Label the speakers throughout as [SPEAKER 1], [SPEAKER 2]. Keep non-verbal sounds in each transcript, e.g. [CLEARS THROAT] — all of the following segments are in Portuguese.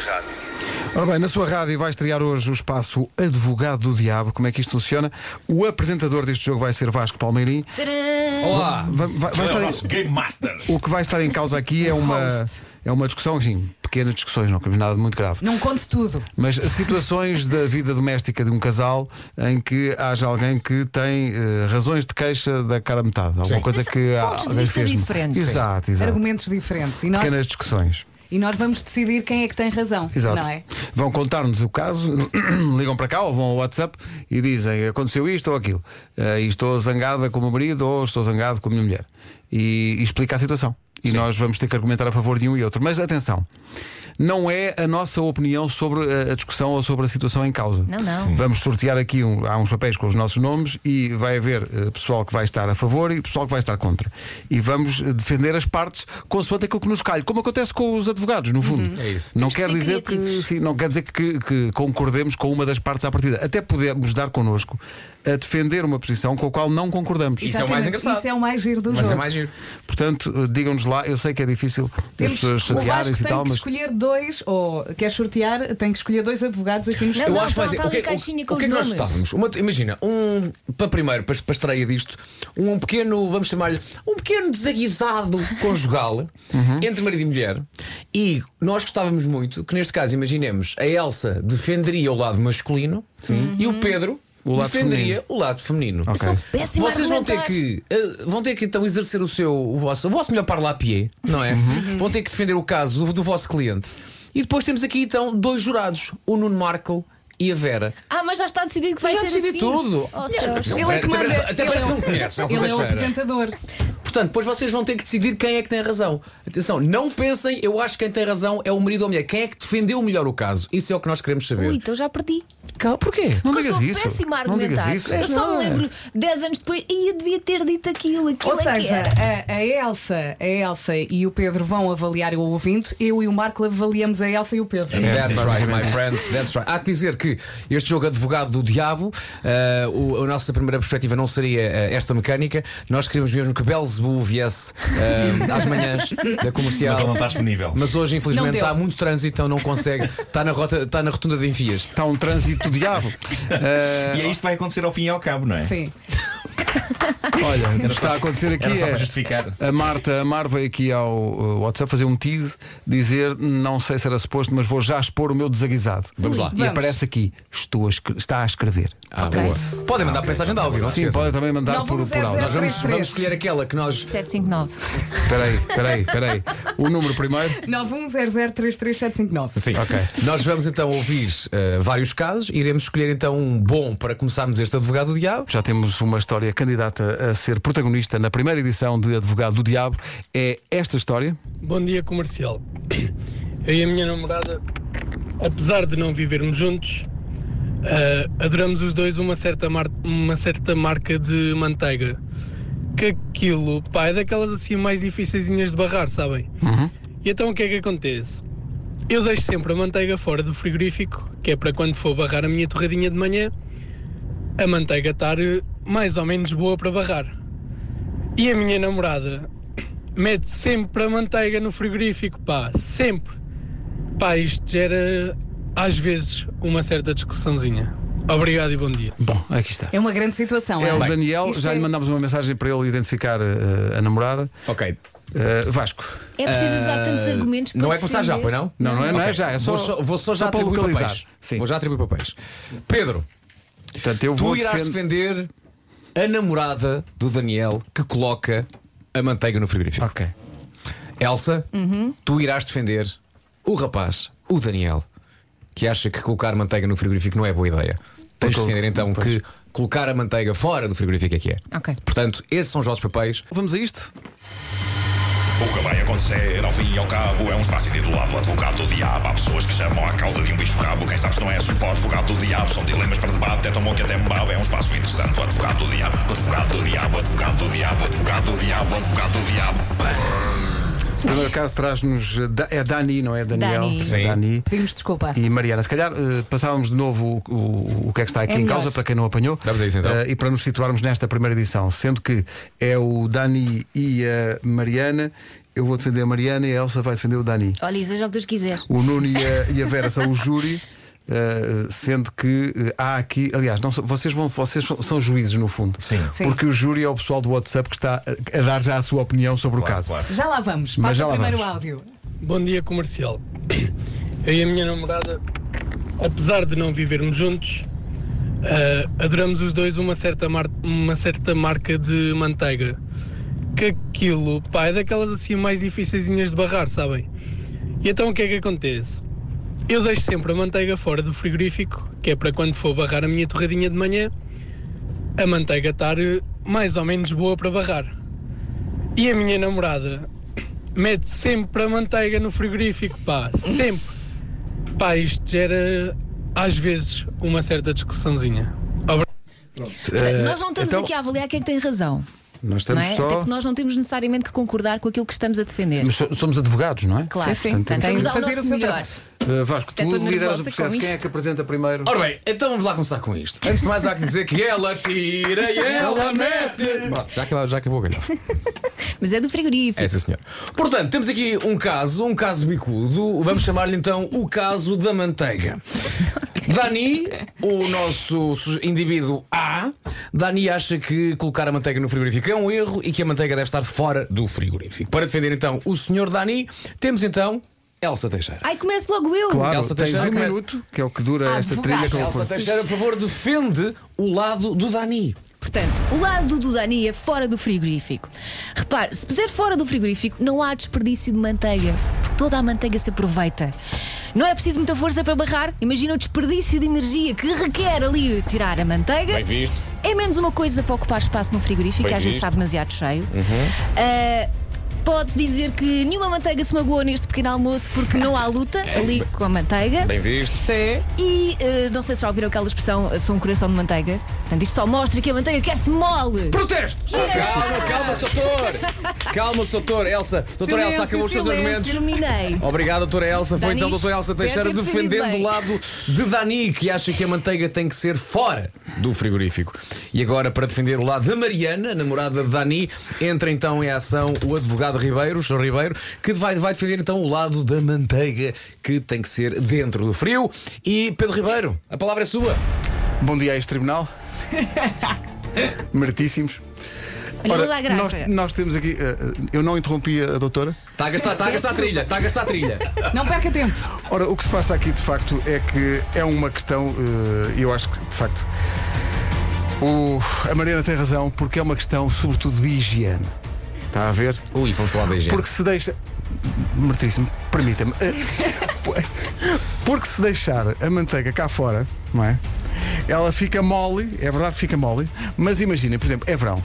[SPEAKER 1] rádio.
[SPEAKER 2] Ora bem, na sua rádio vai estrear hoje o espaço Advogado do Diabo. Como é que isto funciona? O apresentador deste jogo vai ser Vasco Palmeirim.
[SPEAKER 3] Olá!
[SPEAKER 2] Vai, vai- vai
[SPEAKER 1] É o
[SPEAKER 2] estar
[SPEAKER 1] nosso
[SPEAKER 2] em-
[SPEAKER 1] Game Master.
[SPEAKER 2] o que vai estar em causa aqui é uma, é uma discussão, enfim, pequenas discussões, não queremos nada de muito grave.
[SPEAKER 4] Não conte tudo.
[SPEAKER 2] Mas situações da vida doméstica de um casal em que haja alguém que tem eh, razões de queixa da cara a metade. Alguma coisa que há
[SPEAKER 5] pontos de vista
[SPEAKER 2] fez-me.
[SPEAKER 5] diferentes.
[SPEAKER 2] Exato, exato.
[SPEAKER 4] Argumentos diferentes. E nós,
[SPEAKER 2] Pequenas discussões.
[SPEAKER 4] e nós vamos decidir quem é que tem razão.
[SPEAKER 2] Exato.
[SPEAKER 4] Não é?
[SPEAKER 2] Vão contar-nos o caso, [CLEARS THROAT] ligam para cá ou vão ao WhatsApp e dizem aconteceu isto ou aquilo. Eh, e estou zangada com o meu marido ou estou zangado com a minha mulher. E, e explica a situação. E nós vamos ter que argumentar a favor de um e outro. Mas atenção, não é a nossa opinião sobre eh, a, a discussão ou sobre a situação em causa.
[SPEAKER 5] Não, não.
[SPEAKER 2] Vamos sortear aqui um- há uns papéis com os nossos nomes e vai haver eh, pessoal que vai estar a favor e pessoal que vai estar contra. E vamos eh, defender as partes consoante aquilo que nos calhe, como acontece com os advogados, no fundo.
[SPEAKER 3] É isso.
[SPEAKER 2] Não
[SPEAKER 5] Temos que
[SPEAKER 2] quer
[SPEAKER 5] ser
[SPEAKER 2] dizer que,
[SPEAKER 5] criativos.
[SPEAKER 2] sim, não quer dizer que, que concordemos com uma das partes à partida. Até podemos dar connosco a defender uma posição com a qual não concordamos.
[SPEAKER 3] Isso é o mais
[SPEAKER 4] Exatamente.
[SPEAKER 3] engraçado.
[SPEAKER 4] Isso é o mais giro do
[SPEAKER 3] Mas
[SPEAKER 4] jogo.
[SPEAKER 3] é mais giro.
[SPEAKER 2] Portanto, eh, digam-nos lá, eu sei que é difícil as
[SPEAKER 4] Temos,
[SPEAKER 2] pessoas
[SPEAKER 4] o Vasco
[SPEAKER 2] chatearem-se e
[SPEAKER 4] tem
[SPEAKER 2] tal,
[SPEAKER 4] que
[SPEAKER 2] mas.
[SPEAKER 4] escolher dois, ou quer sortear, tem que escolher dois advogados aqui
[SPEAKER 5] Não,
[SPEAKER 4] no estúdio.
[SPEAKER 5] não.
[SPEAKER 3] que vai
[SPEAKER 5] está
[SPEAKER 3] ser-
[SPEAKER 5] lá
[SPEAKER 3] o que,
[SPEAKER 5] a caixinha
[SPEAKER 3] o-
[SPEAKER 5] com
[SPEAKER 3] o que
[SPEAKER 5] os
[SPEAKER 3] é que nós
[SPEAKER 5] nomes.
[SPEAKER 3] estávamos? Uma- imagina, um para primeiro, para, para estreia disto, um pequeno, vamos chamar-lhe, um pequeno desaguisado conjugal
[SPEAKER 2] Uhum.
[SPEAKER 3] entre marido e mulher. E nós gostávamos muito que, neste caso, imaginemos, a Elsa defenderia o lado masculino e o Pedro.
[SPEAKER 2] O lado
[SPEAKER 3] defenderia
[SPEAKER 2] feminino.
[SPEAKER 3] o lado feminino.
[SPEAKER 2] Ok.
[SPEAKER 5] Sou péssima a
[SPEAKER 3] Vocês vão ter
[SPEAKER 5] argumentar.
[SPEAKER 3] que eh, vão ter que então exercer o seu o vosso o vosso melhor parla-pied, não é?
[SPEAKER 2] Uhum.
[SPEAKER 3] [LAUGHS] vão ter que defender o caso do, do vosso cliente. E depois temos aqui então dois jurados, o Nuno Markle e a Vera.
[SPEAKER 5] Ah, mas já está decidido que vai
[SPEAKER 3] Já
[SPEAKER 5] ser
[SPEAKER 3] decidi
[SPEAKER 5] assim.
[SPEAKER 3] tudo.
[SPEAKER 5] Oh,
[SPEAKER 3] Não,
[SPEAKER 5] céus.
[SPEAKER 3] não,
[SPEAKER 4] Ele é que
[SPEAKER 3] um até
[SPEAKER 4] manda.
[SPEAKER 3] parece- Até parece
[SPEAKER 4] Ele é
[SPEAKER 3] que
[SPEAKER 4] o-
[SPEAKER 3] não conhece. Elsa
[SPEAKER 4] Ele é o
[SPEAKER 3] Teixeira.
[SPEAKER 4] apresentador.
[SPEAKER 3] um Portanto, depois vocês vão ter que decidir quem é que tem razão. Atenção, não pensem, eu acho que quem tem razão é o marido ou a mulher. Quem é que defendeu melhor o caso? Isso é o que nós queremos saber.
[SPEAKER 5] Ui, então já perdi.
[SPEAKER 3] Cal- Porquê?
[SPEAKER 2] Não
[SPEAKER 5] Porque eu
[SPEAKER 2] digas
[SPEAKER 5] sou
[SPEAKER 2] isso.
[SPEAKER 5] péssima a
[SPEAKER 2] Não
[SPEAKER 5] argumentar.
[SPEAKER 2] digas isso.
[SPEAKER 5] Eu
[SPEAKER 2] És
[SPEAKER 5] só me
[SPEAKER 2] não. é.
[SPEAKER 5] lembro 10 anos depois. E eu devia ter dito aquilo, aquilo
[SPEAKER 4] Ou
[SPEAKER 5] é que
[SPEAKER 4] seja,
[SPEAKER 5] era.
[SPEAKER 4] a, a Elsa, a Elsa e o Pedro vão avaliar o ouvinte, eu e o Marco avaliamos a Elsa e o Pedro.
[SPEAKER 2] É.
[SPEAKER 3] That's right, my friend. That's right. Há que dizer que este jogo Advogado do Diabo, eh, o, a nossa primeira perspectiva não seria eh, esta mecânica. Nós queríamos mesmo que Belzebu viesse eh, às manhãs da comercial.
[SPEAKER 1] Mas ele não está disponível.
[SPEAKER 3] Mas hoje,
[SPEAKER 4] Não
[SPEAKER 3] infelizmente,
[SPEAKER 4] deu.
[SPEAKER 3] está muito trânsito, então não consegue. Está na, rota, está na rotunda de enfias.
[SPEAKER 2] Está um trânsito do diabo.
[SPEAKER 1] E é isto que vai acontecer ao fim e ao cabo, não é?
[SPEAKER 4] Sim.
[SPEAKER 2] Olha, o que está a acontecer aqui
[SPEAKER 1] Era só para
[SPEAKER 2] é.
[SPEAKER 1] justificar.
[SPEAKER 2] A Marta, a Mar veio aqui ao uh, WhatsApp fazer um tease, dizer não sei se era suposto, mas vou já expor o meu desaguisado.
[SPEAKER 3] Vamos lá.
[SPEAKER 2] E
[SPEAKER 4] Vamos.
[SPEAKER 2] aparece aqui, estou a escre- está a escrever.
[SPEAKER 3] Ah,
[SPEAKER 5] Ok.
[SPEAKER 3] boa. Podem mandar mensagem de áudio, não se
[SPEAKER 2] Sim,
[SPEAKER 3] esqueçam.
[SPEAKER 2] podem também mandar
[SPEAKER 4] Não,
[SPEAKER 2] por,
[SPEAKER 4] vamos é
[SPEAKER 2] por áudio.
[SPEAKER 4] zero,
[SPEAKER 3] Nós
[SPEAKER 2] Nós
[SPEAKER 3] vamos,
[SPEAKER 4] Três, três.
[SPEAKER 3] vamos escolher aquela que nós.
[SPEAKER 5] 759.
[SPEAKER 2] vamos- Peraí, peraí, peraí. O número primeiro.
[SPEAKER 4] 910033759.
[SPEAKER 1] Sim.
[SPEAKER 2] Ok.
[SPEAKER 3] [LAUGHS] Nós vamos então ouvir eh, vários casos, iremos escolher então um bom para começarmos este advogado do diabo.
[SPEAKER 2] Já temos uma história candidata a ser protagonista na primeira edição de Advogado do Diabo. É esta história.
[SPEAKER 6] Bom dia comercial. Eu e a minha namorada, apesar de não vivermos juntos, eh, adoramos os dois uma certa, mar- uma certa marca de manteiga. Que aquilo, pá, é daquelas assim mais difícilzinhas de barrar, sabem? E então o que é que acontece? Eu deixo sempre a manteiga fora do frigorífico, que é para quando for barrar a minha torradinha de manhã, a manteiga estar eh, mais ou menos boa para barrar. E a minha namorada mete sempre a manteiga no frigorífico, pá, sempre. Pá, isto gera às vezes uma certa discussãozinha. Obrigado e bom dia.
[SPEAKER 2] Bom, aqui está.
[SPEAKER 4] É uma grande situação.
[SPEAKER 2] É o
[SPEAKER 4] Bem,
[SPEAKER 2] Daniel,
[SPEAKER 4] isto
[SPEAKER 2] já lhe
[SPEAKER 4] é-
[SPEAKER 2] mandámos uma mensagem para ele identificar eh, a namorada.
[SPEAKER 3] Ok.
[SPEAKER 2] Eh, Vasco.
[SPEAKER 5] É preciso usar tantos
[SPEAKER 3] Eh,
[SPEAKER 5] argumentos para
[SPEAKER 3] Não é começar já,
[SPEAKER 5] defender.
[SPEAKER 3] pois não?
[SPEAKER 2] Não, não é, não é
[SPEAKER 3] Ok.
[SPEAKER 2] já, é só.
[SPEAKER 3] vou só, vou só já
[SPEAKER 2] para
[SPEAKER 3] atribuir
[SPEAKER 2] localizar.
[SPEAKER 3] papéis.
[SPEAKER 2] Sim.
[SPEAKER 3] Vou já atribuir papéis. Pedro,
[SPEAKER 2] Portanto, eu vou
[SPEAKER 3] tu irás
[SPEAKER 2] defender-
[SPEAKER 3] defender... a namorada do Daniel que coloca a manteiga no frigorífico.
[SPEAKER 2] Ok.
[SPEAKER 3] Elsa, tu irás defender o rapaz, o Daniel, que acha que colocar manteiga no frigorífico não é boa ideia. Tens de
[SPEAKER 2] Porque-
[SPEAKER 3] defender então que colocar a manteiga fora do frigorífico é que é.
[SPEAKER 5] Ok.
[SPEAKER 3] Portanto, esses são os nossos papéis.
[SPEAKER 2] Vamos a isto?
[SPEAKER 1] O que vai acontecer ao fim e ao cabo é um espaço intitulado Advogado do Diabo. Há pessoas que chamam à cauda de um bicho rabo. Quem sabe se não é só o advogado do diabo. São dilemas para debate, é tão bom que até me babo. É um espaço interessante. O advogado do diabo, o advogado do diabo, o advogado do diabo, o advogado do diabo, o advogado do diabo.
[SPEAKER 2] O primeiro caso traz-nos. eh, Da- É Dani, não é? Daniel.
[SPEAKER 5] Dani.
[SPEAKER 3] Sim.
[SPEAKER 2] Dani.
[SPEAKER 4] Pedimos desculpa.
[SPEAKER 2] E Mariana, se calhar eh, passávamos de novo o, o, o que é que está aqui
[SPEAKER 5] É
[SPEAKER 2] em
[SPEAKER 5] melhor.
[SPEAKER 2] causa para quem não apanhou
[SPEAKER 3] Vamos a isso, então.
[SPEAKER 2] Eh, e para nos situarmos nesta primeira edição, sendo que é o Dani e a Mariana. Eu eu vou defender a Mariana e a Elsa vai defender o Dani.
[SPEAKER 5] Olha, seja o que Deus quiser.
[SPEAKER 2] O Nuno e a, e a Vera são o júri. eh, sendo que eh, há aqui, aliás, não, são- vocês, vão, vocês são- são juízes no fundo,
[SPEAKER 3] Sim.
[SPEAKER 4] Sim.
[SPEAKER 2] porque o júri é o pessoal do WhatsApp que está a, a dar já a sua opinião sobre o
[SPEAKER 1] Claro,
[SPEAKER 2] caso.
[SPEAKER 1] claro.
[SPEAKER 4] Já lá vamos.
[SPEAKER 2] Mas
[SPEAKER 4] Passa
[SPEAKER 2] já lá
[SPEAKER 4] primeiro
[SPEAKER 2] vamos.
[SPEAKER 4] o áudio.
[SPEAKER 6] Bom dia comercial. Eu e a minha namorada, apesar de não vivermos juntos, eh, adoramos os dois uma certa, mar- uma certa marca de manteiga. Que aquilo, pá, é daquelas assim mais difícilzinhas de barrar, sabem? E então o que é que acontece? Eu deixo sempre a manteiga fora do frigorífico, que é para quando for barrar a minha torradinha de manhã, a manteiga estar eh, mais ou menos boa para barrar. E a minha namorada mete sempre a manteiga no frigorífico, pá, sempre. Pá, isto gera às vezes uma certa discussãozinha. Obri-
[SPEAKER 2] Eh,
[SPEAKER 5] Nós não estamos
[SPEAKER 2] então,
[SPEAKER 5] aqui a avaliar quem é que tem razão.
[SPEAKER 2] Nós
[SPEAKER 5] Não
[SPEAKER 2] estamos
[SPEAKER 5] é? Até
[SPEAKER 2] só.
[SPEAKER 5] que nós não temos necessariamente que concordar com aquilo que estamos a defender.
[SPEAKER 2] Mas so- somos advogados, não é?
[SPEAKER 5] Claro,
[SPEAKER 4] Sim, sim.
[SPEAKER 5] portanto,
[SPEAKER 4] Tem
[SPEAKER 5] vamos
[SPEAKER 4] que
[SPEAKER 5] dar o
[SPEAKER 4] fazer
[SPEAKER 5] nosso
[SPEAKER 4] o seu
[SPEAKER 5] melhor.
[SPEAKER 4] trabalho.
[SPEAKER 2] Eh, Vasco,
[SPEAKER 5] Até
[SPEAKER 2] tu
[SPEAKER 5] estou
[SPEAKER 2] lideras o
[SPEAKER 5] nervosa com
[SPEAKER 2] processo. Quem é
[SPEAKER 5] isto.
[SPEAKER 2] que apresenta primeiro?
[SPEAKER 3] Ora bem, então vamos lá começar com isto. Antes de mais, há que dizer que ela tira e ela mete. Pronto, já acabou, já acabou a galhofa.
[SPEAKER 5] Mas é do frigorífico.
[SPEAKER 3] É, sim, senhor. Portanto, temos aqui um caso, um caso bicudo. Vamos chamar-lhe então o caso da manteiga. Dani, o nosso suje- indivíduo A, Dani acha que colocar a manteiga no frigorífico é um erro e que a manteiga deve estar fora do frigorífico. Para defender então o senhor Dani, temos então Elsa Teixeira.
[SPEAKER 5] Ai, começo logo eu.
[SPEAKER 2] Claro,
[SPEAKER 3] Elsa
[SPEAKER 2] tens
[SPEAKER 3] Teixeira,
[SPEAKER 2] um
[SPEAKER 3] como é-
[SPEAKER 2] minuto, que é o que dura esta
[SPEAKER 4] Advogado.
[SPEAKER 2] trilha. que eu vou
[SPEAKER 4] Elsa
[SPEAKER 2] pôr.
[SPEAKER 3] Elsa Teixeira, por favor, defende o lado do Dani.
[SPEAKER 5] Portanto, o lado do Dani é fora do frigorífico. Repare, se puser fora do frigorífico, não há desperdício de manteiga, porque toda a manteiga se aproveita. Não é preciso muita força para barrar. Imagina o desperdício de energia que requer ali tirar a manteiga. Bem visto. É menos uma coisa para ocupar espaço no frigorífico, que às vezes está demasiado cheio. Ah, Pode dizer que nenhuma manteiga se magoou neste pequeno almoço porque não há luta ali com a manteiga.
[SPEAKER 3] Bem visto.
[SPEAKER 4] Sim.
[SPEAKER 5] E eh, não sei se já ouviram aquela expressão, eh, sou um coração de manteiga. Portanto, isto só mostra que a manteiga quer-se mole.
[SPEAKER 3] Protesto! Calma, calma, Soutor! Calma, Soutor. Elsa, Doutora
[SPEAKER 4] Silêncio,
[SPEAKER 3] Elsa, acabou os seus
[SPEAKER 4] silêncio.
[SPEAKER 3] argumentos.
[SPEAKER 5] Terminei.
[SPEAKER 3] Obrigado, doutora Elsa. Foi
[SPEAKER 5] Dani,
[SPEAKER 3] então a doutora Elsa
[SPEAKER 5] espero
[SPEAKER 3] Teixeira
[SPEAKER 5] ter defendido
[SPEAKER 3] defendendo
[SPEAKER 5] bem.
[SPEAKER 3] o lado de Dani, que acha que a manteiga tem que ser fora do frigorífico. E agora, para defender o lado da Mariana, a namorada de Dani, entra então em ação o advogado Ribeiro, o Sr. Ribeiro, que vai, vai defender então o lado da manteiga, que tem que ser dentro do frio. E Pedro Ribeiro, a palavra é sua.
[SPEAKER 2] Bom dia a este tribunal. Meritíssimos.
[SPEAKER 5] Olha lá a graça.
[SPEAKER 2] nós, nós temos aqui. eh, eu não interrompi a, a doutora.
[SPEAKER 3] Está Tá a gastar, está a gastar a trilha, está a gastar a trilha.
[SPEAKER 4] Não perca tempo.
[SPEAKER 2] Ora, o que se passa aqui de facto é que é uma questão, eh, eu acho que de facto. o- a Mariana tem razão, porque é uma questão sobretudo de higiene. Está a ver?
[SPEAKER 3] Ui, vamos falar da higiene.
[SPEAKER 2] Porque se deixa. Martíssimo, permita-me. Eh, [LAUGHS] Porque se deixar a manteiga cá fora, não é? Ela fica mole, é verdade que fica mole, mas imaginem, por exemplo, é verão.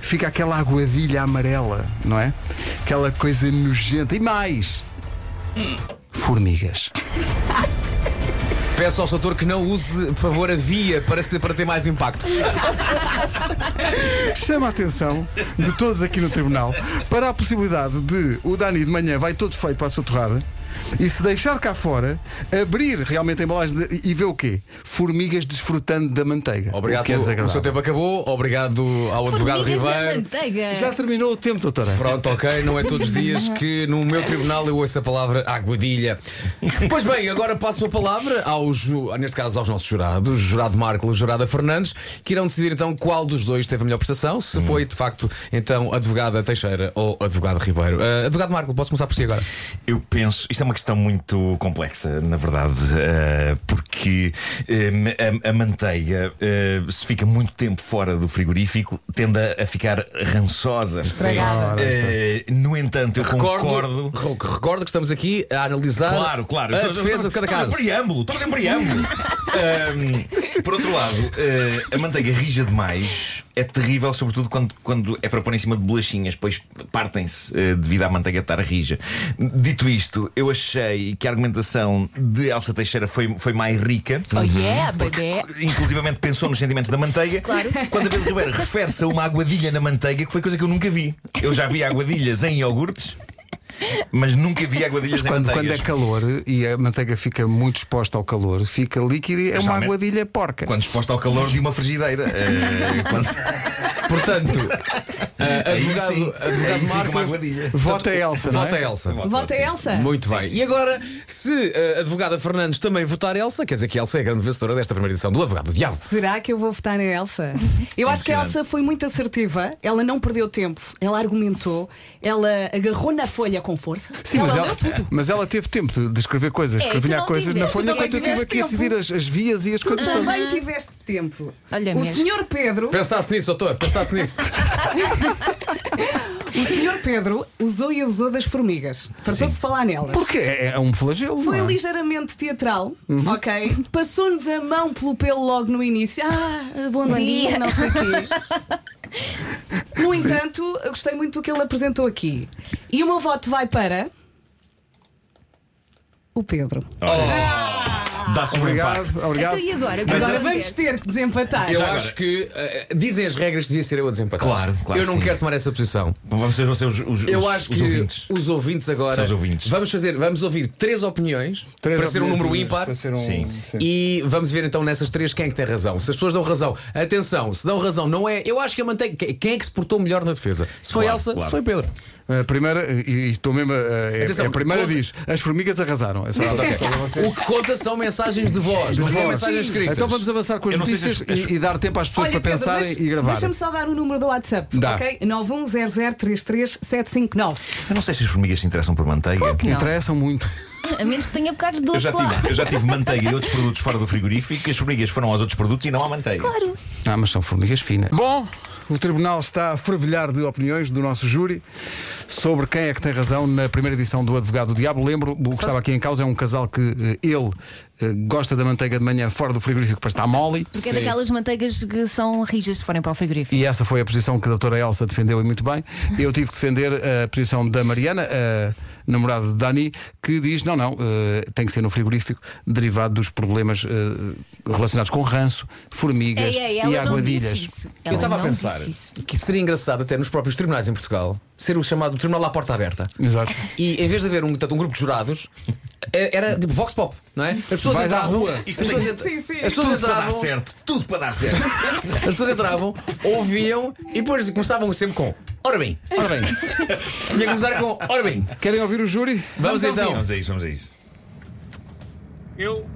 [SPEAKER 2] Fica aquela aguadilha amarela, não é? Aquela coisa nojenta. E mais. Formigas.
[SPEAKER 3] Peço ao Soutor que não use, por favor, a via para, se- para ter mais impacto.
[SPEAKER 2] chama a atenção de todos aqui no tribunal para a possibilidade de o Dani de manhã vai todo feito para a sua torrada e se deixar cá fora, abrir realmente a embalagem de- e ver o quê? Formigas desfrutando da manteiga. O
[SPEAKER 3] Obrigado,
[SPEAKER 2] que é
[SPEAKER 3] o seu
[SPEAKER 2] desagradável.
[SPEAKER 3] tempo acabou. Obrigado ao advogado
[SPEAKER 5] Formigas na
[SPEAKER 3] Ribeiro.
[SPEAKER 5] manteiga.
[SPEAKER 2] Já terminou o tempo, doutora.
[SPEAKER 3] Pronto, ok, não é todos os dias que no meu tribunal eu ouço a palavra aguadilha. Pois bem, agora passo a palavra aos, ju- neste caso aos nossos jurados, jurado Marco e jurada Fernandes, que irão decidir então qual dos dois teve a melhor prestação, se
[SPEAKER 1] Hum.
[SPEAKER 3] foi de facto então advogada Teixeira ou advogado Ribeiro. Ah, advogado Marco, posso começar por si agora?
[SPEAKER 1] Eu penso, isto é uma questão muito complexa, na verdade, eh, porque eh, a, a manteiga, eh, se fica muito tempo fora do frigorífico, tende a, a ficar rançosa.
[SPEAKER 5] Estragada.
[SPEAKER 1] Eh, no entanto, eu concordo.
[SPEAKER 3] Recordo, recordo que estamos aqui a analisar
[SPEAKER 1] Claro, claro.
[SPEAKER 3] Ah, a
[SPEAKER 1] Estou-
[SPEAKER 3] defesa
[SPEAKER 1] estou-
[SPEAKER 3] de cada
[SPEAKER 1] estou a
[SPEAKER 3] caso.
[SPEAKER 1] fazer preâmbulo, estou a fazer preâmbulo. Ahm, por outro lado, eh, a manteiga rija demais é terrível, sobretudo quando, quando é para pôr em cima de bolachinhas, pois partem-se eh, devido à manteiga estar rija. Dito isto, eu achei que a argumentação de Elsa Teixeira foi, foi mais rica.
[SPEAKER 5] Oh yeah,
[SPEAKER 1] Uhum.
[SPEAKER 5] bebê.
[SPEAKER 1] Inclusivamente pensou nos sentimentos da manteiga.
[SPEAKER 5] Claro.
[SPEAKER 1] Quando a Pedro Ribeiro refere-se a uma aguadilha na manteiga, que foi coisa que eu nunca vi. Eu já vi aguadilhas em iogurtes, mas nunca vi aguadilhas em
[SPEAKER 2] Quando, quando
[SPEAKER 1] manteigas.
[SPEAKER 2] é calor e a manteiga fica muito exposta ao calor, fica líquida e é uma
[SPEAKER 1] Geralmente-
[SPEAKER 2] aguadilha porca.
[SPEAKER 1] [LAUGHS] Quando exposta ao calor de uma frigideira. Eh, quando-
[SPEAKER 3] Portanto, Ah,
[SPEAKER 1] Aí sim.
[SPEAKER 3] advogado
[SPEAKER 1] Aí
[SPEAKER 3] advogado
[SPEAKER 1] fica
[SPEAKER 3] Marco.
[SPEAKER 1] uma aguadilha.
[SPEAKER 2] Vota a Elsa, não é?
[SPEAKER 3] Vota Elsa.
[SPEAKER 4] Vota Elsa.
[SPEAKER 3] Muito bem. E agora, se a advogada Fernandes também votar Elsa, quer dizer que Elsa é a grande vencedora desta primeira edição do Advogado do Diabo.
[SPEAKER 4] Será que eu vou votar na Elsa? Eu acho que a Elsa foi muito assertiva, ela não perdeu tempo, ela argumentou, ela agarrou na folha com força.
[SPEAKER 2] Sim,
[SPEAKER 4] ela
[SPEAKER 2] mas
[SPEAKER 4] leu
[SPEAKER 2] ela,
[SPEAKER 4] tudo.
[SPEAKER 2] mas ela teve tempo de, de escrever coisas,
[SPEAKER 5] É,
[SPEAKER 2] escrevinhar
[SPEAKER 5] tu não
[SPEAKER 2] coisas na
[SPEAKER 5] tiveste,
[SPEAKER 2] folha
[SPEAKER 5] tu
[SPEAKER 2] quando eu
[SPEAKER 4] também
[SPEAKER 2] tive aqui a
[SPEAKER 4] tiveste
[SPEAKER 2] decidir as, as vias e as
[SPEAKER 4] Tu
[SPEAKER 2] coisas todas.
[SPEAKER 4] também tiveste tempo.
[SPEAKER 5] Olha
[SPEAKER 4] o
[SPEAKER 5] mesmo.
[SPEAKER 4] senhor Pedro,
[SPEAKER 3] Pensasse nisso, doutor, pensasse [LAUGHS] nisso.
[SPEAKER 4] o senhor Pedro usou e abusou das formigas. Fartou-se falar nelas.
[SPEAKER 2] Porque é, é um flagelo.
[SPEAKER 4] Foi
[SPEAKER 2] não é? Uhum.
[SPEAKER 4] ligeiramente teatral, ok? Passou-nos a mão pelo pelo logo no início. Ah, bom,
[SPEAKER 5] Bom
[SPEAKER 4] dia,
[SPEAKER 5] dia.
[SPEAKER 4] não sei
[SPEAKER 2] [LAUGHS]
[SPEAKER 4] o quê. No entanto, eu gostei muito do que ele apresentou aqui. E o meu voto vai para. O Pedro.
[SPEAKER 1] Dá-se um empate.
[SPEAKER 2] Obrigado, obrigado.
[SPEAKER 5] Então, e agora? O que
[SPEAKER 4] Agora vamos
[SPEAKER 5] acontece?
[SPEAKER 4] ter que desempatar.
[SPEAKER 3] Eu acho que eh, dizem as regras, devia ser eu a desempatar.
[SPEAKER 1] Claro, claro
[SPEAKER 3] Eu não
[SPEAKER 1] que sim.
[SPEAKER 3] quero tomar essa posição.
[SPEAKER 1] Vamos ser, vão ser os, os,
[SPEAKER 3] Eu
[SPEAKER 1] os-
[SPEAKER 3] acho
[SPEAKER 1] os
[SPEAKER 3] que
[SPEAKER 1] ouvintes.
[SPEAKER 3] os ouvintes agora.
[SPEAKER 1] São os ouvintes.
[SPEAKER 3] Vamos fazer, vamos ouvir três opiniões
[SPEAKER 2] Três
[SPEAKER 3] para ser um
[SPEAKER 2] opiniões
[SPEAKER 3] número
[SPEAKER 2] minhas,
[SPEAKER 3] ímpar.
[SPEAKER 2] para ser um-
[SPEAKER 1] Sim.
[SPEAKER 3] E vamos ver então nessas três quem é que tem razão. Se as pessoas dão razão, atenção, se dão razão, não é. Eu acho que a manteiga. que- Quem é que se portou melhor na defesa? Se foi
[SPEAKER 1] Claro,
[SPEAKER 3] Elsa,
[SPEAKER 1] claro.
[SPEAKER 3] se foi Pedro.
[SPEAKER 2] A primeira, e e estou mesmo. A, a-
[SPEAKER 3] Atenção,
[SPEAKER 2] a primeira
[SPEAKER 3] conta-
[SPEAKER 2] diz: as formigas arrasaram. É só-
[SPEAKER 3] [LAUGHS] O que conta são mensagens de voz, não são
[SPEAKER 2] Voz.
[SPEAKER 3] mensagens escritas.
[SPEAKER 2] Então vamos avançar com as
[SPEAKER 1] Eu não sei se
[SPEAKER 2] notícias
[SPEAKER 1] as- as-
[SPEAKER 2] e, e dar tempo às pessoas
[SPEAKER 4] Olha,
[SPEAKER 2] para
[SPEAKER 4] Pedro,
[SPEAKER 2] pensarem
[SPEAKER 4] deixa-
[SPEAKER 2] e gravar.
[SPEAKER 4] Deixa-me só dar o número do WhatsApp,
[SPEAKER 2] Dá.
[SPEAKER 4] ok? 910033759.
[SPEAKER 1] Eu não sei se as formigas se interessam por manteiga.
[SPEAKER 5] que não.
[SPEAKER 2] Interessam muito.
[SPEAKER 5] A menos que tenha bocados de
[SPEAKER 1] Eu
[SPEAKER 5] doce
[SPEAKER 1] já,
[SPEAKER 5] lá.
[SPEAKER 1] tive, eu já tive manteiga e outros produtos fora do frigorífico. As formigas foram aos outros produtos e não à manteiga.
[SPEAKER 5] Claro.
[SPEAKER 2] Ah, mas são formigas finas. Bom, o tribunal está a fervilhar de opiniões do nosso júri sobre quem é que tem razão na primeira edição do Advogado do Diabo. Lembro, o que estava aqui em causa é um casal que eh, ele eh, gosta da manteiga de manhã fora do frigorífico para estar mole.
[SPEAKER 5] Porque é daquelas manteigas que são rijas se forem para o frigorífico.
[SPEAKER 2] E essa foi a posição que a doutora Elsa defendeu e muito bem. Eu tive que defender eh, a posição da Mariana, a namorada de Dani, que diz: não, não, eh, tem que ser no frigorífico, derivado dos problemas eh, relacionados com ranço, formigas
[SPEAKER 5] Ei, ei,
[SPEAKER 2] e
[SPEAKER 5] ela não
[SPEAKER 2] aguadilhas.
[SPEAKER 5] disse isso.
[SPEAKER 3] Eu
[SPEAKER 5] Ela
[SPEAKER 3] estava a
[SPEAKER 5] não
[SPEAKER 3] pensar
[SPEAKER 5] disse isso.
[SPEAKER 3] que seria engraçado até nos próprios tribunais em Portugal ser o chamado Tribunal à Porta Aberta.
[SPEAKER 2] Exato.
[SPEAKER 3] E em vez de haver um, portanto, um grupo de jurados, eh, era tipo Vox Pop, não é? As pessoas
[SPEAKER 2] Vais à
[SPEAKER 3] entravam.
[SPEAKER 2] rua.
[SPEAKER 3] As
[SPEAKER 1] Isso
[SPEAKER 3] pessoas,
[SPEAKER 1] tem-
[SPEAKER 3] entra-
[SPEAKER 4] Sim, sim.
[SPEAKER 3] As pessoas
[SPEAKER 1] Tudo para dar
[SPEAKER 3] entravam,
[SPEAKER 1] certo. Tudo para dar certo.
[SPEAKER 3] as pessoas entravam, ouviam e depois começavam sempre com Ora bem.
[SPEAKER 2] Ora bem,
[SPEAKER 3] Tinha que começar com Ora bem.
[SPEAKER 2] querem ouvir o júri?
[SPEAKER 3] Vamos, então.
[SPEAKER 1] Vamos a isso, vamos a isso.
[SPEAKER 7] Eu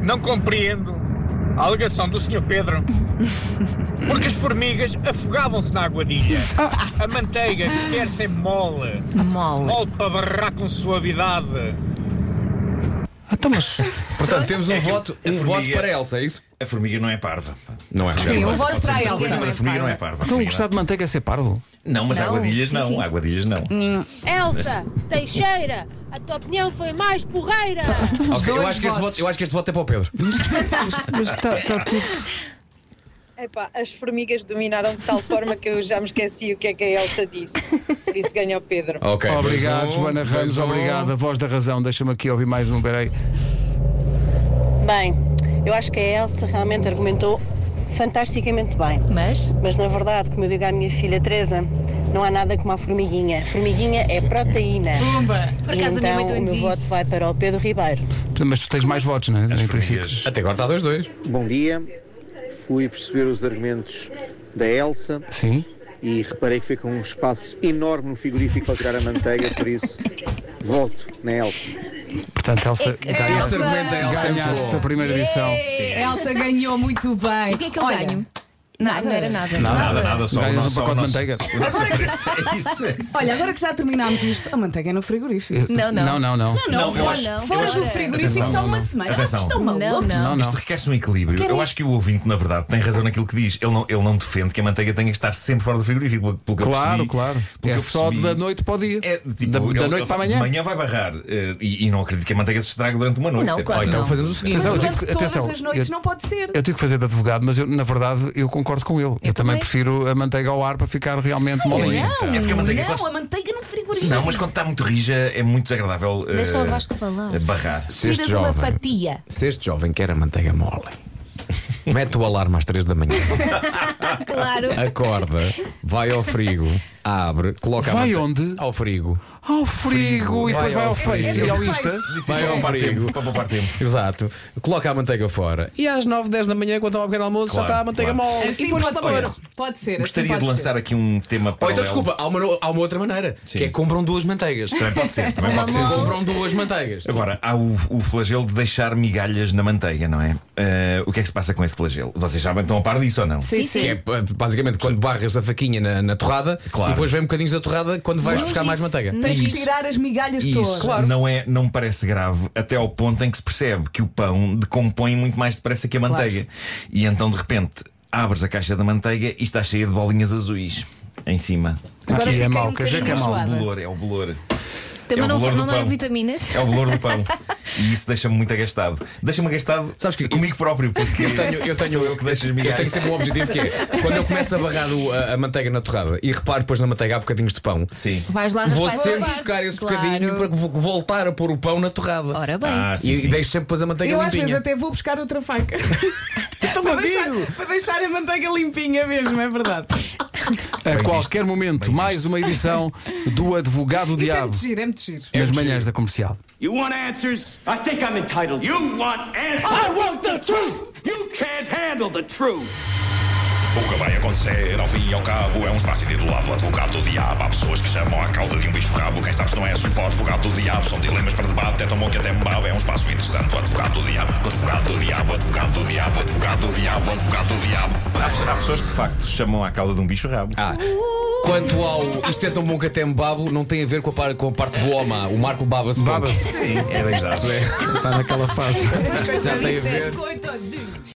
[SPEAKER 7] não compreendo a alegação do Sr. Pedro. Porque as formigas afogavam-se na aguadilha. A manteiga quer ser mole.
[SPEAKER 5] Mole.
[SPEAKER 7] Mole para barrar com suavidade.
[SPEAKER 2] Então, mas
[SPEAKER 3] Portanto, temos um
[SPEAKER 1] É que
[SPEAKER 3] voto,
[SPEAKER 1] a
[SPEAKER 3] um voto
[SPEAKER 1] formiga-
[SPEAKER 3] para Elsa, é isso?
[SPEAKER 1] A formiga não é parva.
[SPEAKER 3] Não é.
[SPEAKER 4] Sim,
[SPEAKER 1] um
[SPEAKER 4] eu voto para a
[SPEAKER 1] A coisa
[SPEAKER 4] Elsa.
[SPEAKER 5] não
[SPEAKER 1] da
[SPEAKER 5] é
[SPEAKER 1] formiga não é
[SPEAKER 5] parva.
[SPEAKER 1] parva.
[SPEAKER 2] estão a gostar de manteiga a ser parvo?
[SPEAKER 1] Não, mas
[SPEAKER 5] Não,
[SPEAKER 1] aguadilhas
[SPEAKER 5] sim,
[SPEAKER 1] não.
[SPEAKER 5] sim.
[SPEAKER 1] Aguadilhas não.
[SPEAKER 8] Elsa Teixeira, a tua opinião foi mais porreira.
[SPEAKER 3] Ok, eu
[SPEAKER 2] dois
[SPEAKER 3] acho, que este
[SPEAKER 2] votos.
[SPEAKER 3] voto, eu acho que este voto é para o Pedro.
[SPEAKER 2] Mas está, está tudo.
[SPEAKER 9] Epá, as formigas dominaram de tal forma que eu já me esqueci o que é que a Elsa disse. Por isso ganha o Pedro.
[SPEAKER 3] Ok.
[SPEAKER 2] Obrigado,
[SPEAKER 3] dois um,
[SPEAKER 2] Joana
[SPEAKER 3] dois
[SPEAKER 2] Ramos,
[SPEAKER 3] um.
[SPEAKER 2] obrigado. A voz da razão, deixa-me aqui ouvir mais um, peraí.
[SPEAKER 10] Bem, eu acho que a Elsa realmente argumentou fantasticamente bem.
[SPEAKER 5] Mas
[SPEAKER 10] Mas na verdade, como eu digo à minha filha Teresa, não há nada como a formiguinha. Formiguinha é proteína.
[SPEAKER 5] por
[SPEAKER 10] E
[SPEAKER 5] acaso a minha mãe
[SPEAKER 10] então
[SPEAKER 5] também
[SPEAKER 10] o meu voto
[SPEAKER 5] disse.
[SPEAKER 10] vai para o Pedro Ribeiro.
[SPEAKER 2] Mas tu tens mais votos, não é?
[SPEAKER 1] As
[SPEAKER 2] Em princípio.
[SPEAKER 1] formigas.
[SPEAKER 3] Até agora está 2-2.
[SPEAKER 11] Bom dia. Fui perceber os argumentos da Elsa
[SPEAKER 2] Sim.
[SPEAKER 11] e reparei que fica um espaço enorme no frigorífico para tirar a manteiga, por isso voto na Elsa.
[SPEAKER 2] Portanto, Elsa,
[SPEAKER 5] É- é
[SPEAKER 2] ganhaste-
[SPEAKER 3] Este argumento da Elsa é muito
[SPEAKER 2] ganhaste
[SPEAKER 3] bom.
[SPEAKER 2] a primeira edição.
[SPEAKER 4] A Elsa ganhou muito bem.
[SPEAKER 5] o que é que eu
[SPEAKER 4] Olha,
[SPEAKER 5] ganho? Não, não era nada.
[SPEAKER 1] Nada, nada, só o
[SPEAKER 2] Ganhas um
[SPEAKER 1] nosso. só o
[SPEAKER 2] pacote de
[SPEAKER 1] nosso- [LAUGHS]
[SPEAKER 2] manteiga.
[SPEAKER 1] o nosso preço. É isso, é isso.
[SPEAKER 4] Olha, agora que já terminámos isto, a manteiga é no frigorífico.
[SPEAKER 5] Não, não.
[SPEAKER 2] Não, não, não.
[SPEAKER 1] Não, eu
[SPEAKER 5] vou,
[SPEAKER 1] acho-
[SPEAKER 5] não.
[SPEAKER 4] Fora
[SPEAKER 5] Fora.
[SPEAKER 4] do frigorífico
[SPEAKER 2] Atenção,
[SPEAKER 4] só
[SPEAKER 2] não,
[SPEAKER 4] uma
[SPEAKER 2] não.
[SPEAKER 4] semana.
[SPEAKER 1] Atenção.
[SPEAKER 4] Vocês estão
[SPEAKER 5] Não,
[SPEAKER 4] malucos?
[SPEAKER 5] não.
[SPEAKER 2] Não, não.
[SPEAKER 1] Isto requer-se um equilíbrio. Eu acho que o ouvinte, na verdade, tem razão naquilo que diz. Ele não, ele não defende que a manteiga tenha que estar sempre fora do frigorífico. pelo- Pelo que eu
[SPEAKER 2] Claro,
[SPEAKER 1] percebi,
[SPEAKER 2] claro.
[SPEAKER 1] pelo que
[SPEAKER 2] É
[SPEAKER 1] eu
[SPEAKER 2] só
[SPEAKER 1] percebi,
[SPEAKER 2] da noite para o dia.
[SPEAKER 1] É, tipo,
[SPEAKER 2] da, da
[SPEAKER 1] ele-
[SPEAKER 2] noite
[SPEAKER 1] ele
[SPEAKER 2] para
[SPEAKER 1] sabe que
[SPEAKER 2] amanhã.
[SPEAKER 1] De manhã vai barrar. eh, e, e não acredito que a manteiga se estrague durante uma noite.
[SPEAKER 5] Não, claro
[SPEAKER 3] Ou
[SPEAKER 5] que
[SPEAKER 3] então
[SPEAKER 5] não.
[SPEAKER 3] fazemos o seguinte.
[SPEAKER 4] Mas
[SPEAKER 2] Atenção, eu
[SPEAKER 4] durante
[SPEAKER 2] tive que-
[SPEAKER 4] todas
[SPEAKER 2] atenção,
[SPEAKER 4] as noites
[SPEAKER 2] eu-
[SPEAKER 4] não pode ser.
[SPEAKER 2] Eu tive que fazer de advogado, mas eu, na verdade eu concordo com ele. Eu, também
[SPEAKER 5] também.
[SPEAKER 2] prefiro a manteiga ao ar para ficar realmente
[SPEAKER 1] Olha,
[SPEAKER 2] molinha.
[SPEAKER 1] é porque a manteiga
[SPEAKER 4] não,
[SPEAKER 1] gosta-
[SPEAKER 4] a manteiga no frigorífico.
[SPEAKER 1] Não, mas quando está muito rija é muito desagradável. eh,
[SPEAKER 5] Deixa o Vasco falar.
[SPEAKER 1] eh, Barrar.
[SPEAKER 3] Se este,
[SPEAKER 4] Tiras uma
[SPEAKER 3] jovem,
[SPEAKER 4] fatia.
[SPEAKER 3] se este jovem quer a manteiga mole, mete o alarme às 3 da manhã,
[SPEAKER 5] [LAUGHS] Claro.
[SPEAKER 1] Ah,
[SPEAKER 3] acorda, vai ao frigo, abre, coloca a
[SPEAKER 2] Vai
[SPEAKER 3] mante-
[SPEAKER 2] onde?
[SPEAKER 3] Ao frigo.
[SPEAKER 2] ao frigo e depois vai ao Face e ao Insta.
[SPEAKER 3] Vai ao frigo.
[SPEAKER 1] Para poupar tempo.
[SPEAKER 3] assim, Exato. Coloca a manteiga fora. E às 9, 10 da manhã, quando está ao pequeno almoço,
[SPEAKER 1] Claro,
[SPEAKER 3] já está a manteiga
[SPEAKER 1] claro.
[SPEAKER 3] mole.
[SPEAKER 4] Assim
[SPEAKER 3] e depois
[SPEAKER 4] pode
[SPEAKER 3] está fora.
[SPEAKER 4] ser. Pode ser.
[SPEAKER 1] Gostaria
[SPEAKER 4] assim
[SPEAKER 1] de
[SPEAKER 4] pode
[SPEAKER 1] lançar aqui um tema
[SPEAKER 3] Ou
[SPEAKER 1] para.
[SPEAKER 3] então, desculpa, há uma, no- há uma outra maneira,
[SPEAKER 1] Sim.
[SPEAKER 3] que é compram duas manteigas.
[SPEAKER 1] Também pode ser, também pode ser.
[SPEAKER 3] compram duas manteigas.
[SPEAKER 1] Agora, há o, o flagelo de deixar migalhas na manteiga, não é? Eh, o que é que se passa com esse flagelo? Vocês sabem que estão a par disso ou não?
[SPEAKER 4] Sim, sim.
[SPEAKER 3] Que é p- basicamente quando barras a faquinha na, na torrada
[SPEAKER 1] Claro.
[SPEAKER 3] e depois vem um bocadinho da torrada quando vais buscar mais manteiga.
[SPEAKER 4] Tens que
[SPEAKER 1] Isso.
[SPEAKER 4] tirar as migalhas
[SPEAKER 1] Isso
[SPEAKER 4] todas.
[SPEAKER 1] não, é, não me parece grave até ao ponto em que se percebe que o pão decompõe muito mais depressa que a manteiga. E então de repente abres a caixa da manteiga e está cheia de bolinhas azuis em cima.
[SPEAKER 2] Aqui é
[SPEAKER 12] fiquei
[SPEAKER 2] mau,
[SPEAKER 12] um
[SPEAKER 2] quer dizer que é
[SPEAKER 12] bocadinho
[SPEAKER 2] mau.
[SPEAKER 1] É o
[SPEAKER 12] Suada.
[SPEAKER 1] bolor, é o bolor.
[SPEAKER 12] Também
[SPEAKER 1] É o
[SPEAKER 12] não,
[SPEAKER 1] valor
[SPEAKER 12] não
[SPEAKER 1] do
[SPEAKER 12] dá
[SPEAKER 1] pão.
[SPEAKER 12] vitaminas.
[SPEAKER 1] É o bolor do pão. E isso deixa-me muito agastado. Deixa-me agastado
[SPEAKER 3] Sabes que-
[SPEAKER 1] comigo próprio, porque
[SPEAKER 3] Eu tenho- eu tenho-
[SPEAKER 1] sou eu que deixo as
[SPEAKER 3] Eu
[SPEAKER 1] migalhas.
[SPEAKER 3] tenho sempre um objetivo que é quando eu começo a barrar o- a, a manteiga na torrada e reparo depois na manteiga há bocadinhos de pão,
[SPEAKER 1] Sim.
[SPEAKER 5] Vais lá
[SPEAKER 3] vou
[SPEAKER 5] rapaz,
[SPEAKER 3] sempre
[SPEAKER 5] rapaz.
[SPEAKER 3] buscar esse
[SPEAKER 5] Ah, Claro.
[SPEAKER 3] bocadinho para vo- voltar a pôr o pão na torrada.
[SPEAKER 5] Ora bem.
[SPEAKER 1] Ah, sim,
[SPEAKER 3] e,
[SPEAKER 1] sim.
[SPEAKER 3] e deixo sempre depois a manteiga
[SPEAKER 4] Eu às vezes
[SPEAKER 3] limpinha.
[SPEAKER 4] até vou buscar outra faca. para, deixar, para deixar a manteiga limpinha mesmo, é verdade.
[SPEAKER 2] A qualquer momento, mais uma edição do Advogado
[SPEAKER 4] Isto é
[SPEAKER 2] Diabo
[SPEAKER 4] muito giro, é muito giro.
[SPEAKER 2] nas manhãs da comercial.
[SPEAKER 13] You want answers? I think I'm entitled. You want answers? I want the truth! You can't handle the truth!
[SPEAKER 1] O que vai acontecer ao fim e ao cabo é um espaço intitulado Advogado do Diabo. Há pessoas que chamam à cauda de um bicho rabo. Quem sabe se não é suporte advogado do diabo. São dilemas para debate, é tão bom que até me babo. É um espaço interessante. O advogado do diabo, o advogado do diabo, o advogado do diabo, o advogado do diabo, o advogado do diabo. Há, há pessoas que de facto chamam à cauda de um bicho rabo.
[SPEAKER 3] Ah, Quanto ao isto é tão bom que até me babo, não tem a ver com a, par- com a parte boa ou má. O Marco baba-se.
[SPEAKER 2] Baba-se.
[SPEAKER 3] pouco.
[SPEAKER 1] sim, é verdade.
[SPEAKER 2] Está naquela fase.
[SPEAKER 3] Já tem a ver.
[SPEAKER 4] Coito,